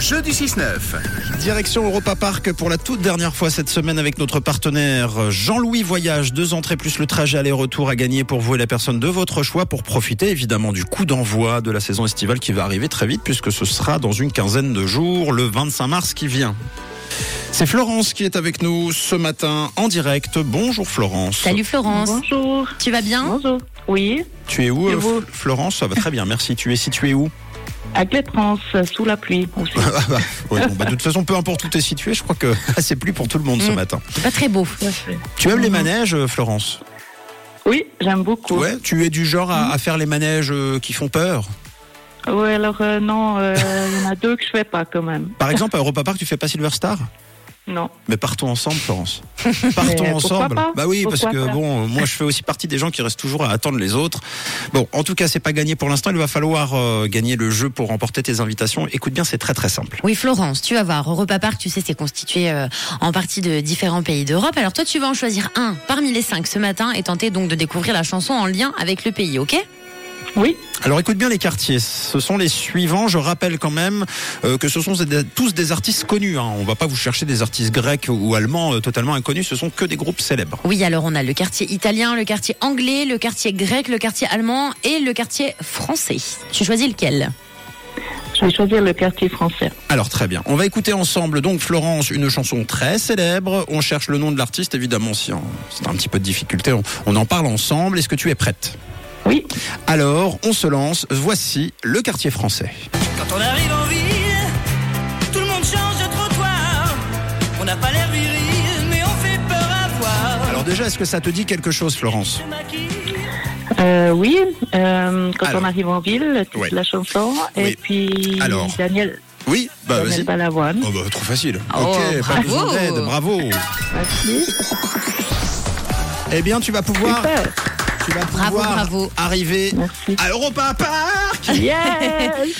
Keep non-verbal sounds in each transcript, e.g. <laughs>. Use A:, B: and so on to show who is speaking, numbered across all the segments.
A: jeu du 6-9.
B: Direction Europa Park pour la toute dernière fois cette semaine avec notre partenaire Jean-Louis Voyage. Deux entrées plus le trajet aller-retour à gagner pour vous et la personne de votre choix pour profiter évidemment du coup d'envoi de la saison estivale qui va arriver très vite puisque ce sera dans une quinzaine de jours, le 25 mars qui vient. C'est Florence qui est avec nous ce matin en direct. Bonjour Florence.
C: Salut Florence,
D: Bonjour.
C: tu vas bien
D: Bonjour. Oui,
B: Tu es où
D: Et
B: euh,
D: vous
B: F- Florence Ça va très bien, merci. Tu es situé où <laughs>
D: à Clétrance, euh, sous la pluie aussi.
B: Ah bah, ouais, bon, bah, De toute façon, peu importe où tu es situé, je crois que <laughs> c'est plus pour tout le monde ce
C: Mm.
B: matin.
C: C'est pas très beau.
B: Tu aimes les manèges euh, Florence
D: Oui, j'aime beaucoup.
B: Ouais, tu es du genre à, à faire les manèges euh, qui font peur.
D: Oui, alors euh, non, euh, il y en a deux que je fais pas quand même.
B: Par exemple, à Europa Park, tu fais pas Silver Star
D: Non.
B: Mais partons ensemble, Florence. Partons
D: Mais pourquoi
B: ensemble.
D: pas
B: Bah oui, parce
D: Pourquoi
B: que
D: pas
B: bon, euh, moi je fais aussi partie des gens qui restent toujours à attendre les autres. Bon, en tout cas, c'est pas gagné pour l'instant. Il va falloir euh, gagner le jeu pour remporter tes invitations. Écoute bien, c'est très très simple.
C: Oui Florence, tu vas voir, Europa Park, tu sais, c'est constitué euh, en partie de différents pays d'Europe. Alors toi, tu vas en choisir un parmi les cinq ce matin et tenter donc de découvrir la chanson en lien avec le pays, ok
D: Oui,
B: Alors écoute bien les quartiers. Ce sont les suivants. Je rappelle quand même euh, que ce sont des- tous des artistes connus. Hein. On va pas vous chercher des artistes grecs ou allemands euh, totalement inconnus. Ce sont que des groupes célèbres.
C: Oui, alors on a le quartier italien, le quartier anglais, le quartier grec, le quartier allemand et le quartier français. Tu choisis lequel
D: je vais choisir le quartier français.
B: Alors très bien. On va écouter ensemble donc Florence une chanson très célèbre. On cherche le nom de l'artiste évidemment si on- c'est un petit peu de difficulté. On, on en parle ensemble. Est-ce que tu es prête
D: Oui,
B: Alors on se lance. Voici le quartier français.
E: Quand on arrive en ville, tout le monde change de trottoir. On n'a pas l'air viril, mais on fait peur à voir.
B: Alors déjà est-ce que ça te dit quelque chose Florence
E: Je maquille.
D: Euh, oui. euh, quand
B: Alors.
D: on arrive en ville, le titre
B: Ouais.
D: de la chanson.
B: Oui.
D: Et puis
B: Alors.
D: Daniel,
B: Oui. Bah
D: Daniel
B: vas-y.
D: Balavoine.
B: Oh bah, trop facile.
C: Oh,
B: ok. Pas
C: bravo.
B: besoin d'aide. Bravo.
D: Merci.
B: <laughs> Eh bien tu vas pouvoir.
D: Super.
B: Tu vas
C: Bravo,
B: pouvoir
C: bravo.
B: arriver
D: Merci.
B: à Europa Park.
D: Yes.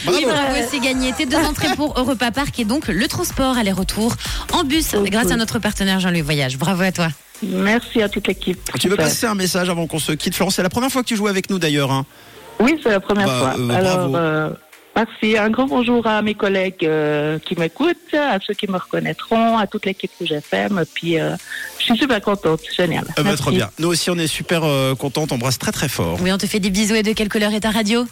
B: Bravo.
C: Oui, bravo, c'est gagné. Tes deux entrées
D: <laughs>
C: pour Europa Park et donc le transport aller-retour en bus
D: Oh,
C: grâce
D: cool.
C: à notre partenaire Jean-Louis Voyage. Bravo à toi.
D: Merci à toute l'équipe.
B: Tu veux
D: Super.
B: passer un message avant qu'on se quitte Florence C'est la première fois que tu joues avec nous d'ailleurs. hein.
D: Oui, c'est la première
B: Bah,
D: fois.
B: euh, bah, bravo.
D: Alors, euh, merci. Un grand bonjour à mes collègues euh, qui m'écoutent, à ceux qui me reconnaîtront, à toute l'équipe de GFM. Puis, euh, je suis super contente. Génial.
B: Euh, bah,
D: Merci.
B: très bien. Nous aussi, on est super euh, contents. T'embrasse très très fort.
C: Oui, on te fait des bisous et de quelle couleur est ta radio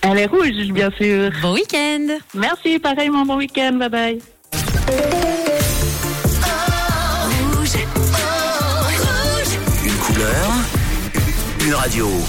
D: Elle est rouge, bien sûr.
C: Bon week-end
D: Merci. Pareillement, bon week-end. Bye bye.
A: Une couleur, une radio.